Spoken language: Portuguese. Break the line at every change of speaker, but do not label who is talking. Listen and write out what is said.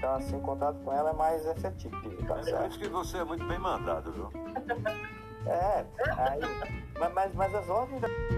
tá assim, o contato com ela é mais efetivo, tá
É por
certo?
isso que você é muito bem mandado, viu?
É, aí, mas, mas as ordens da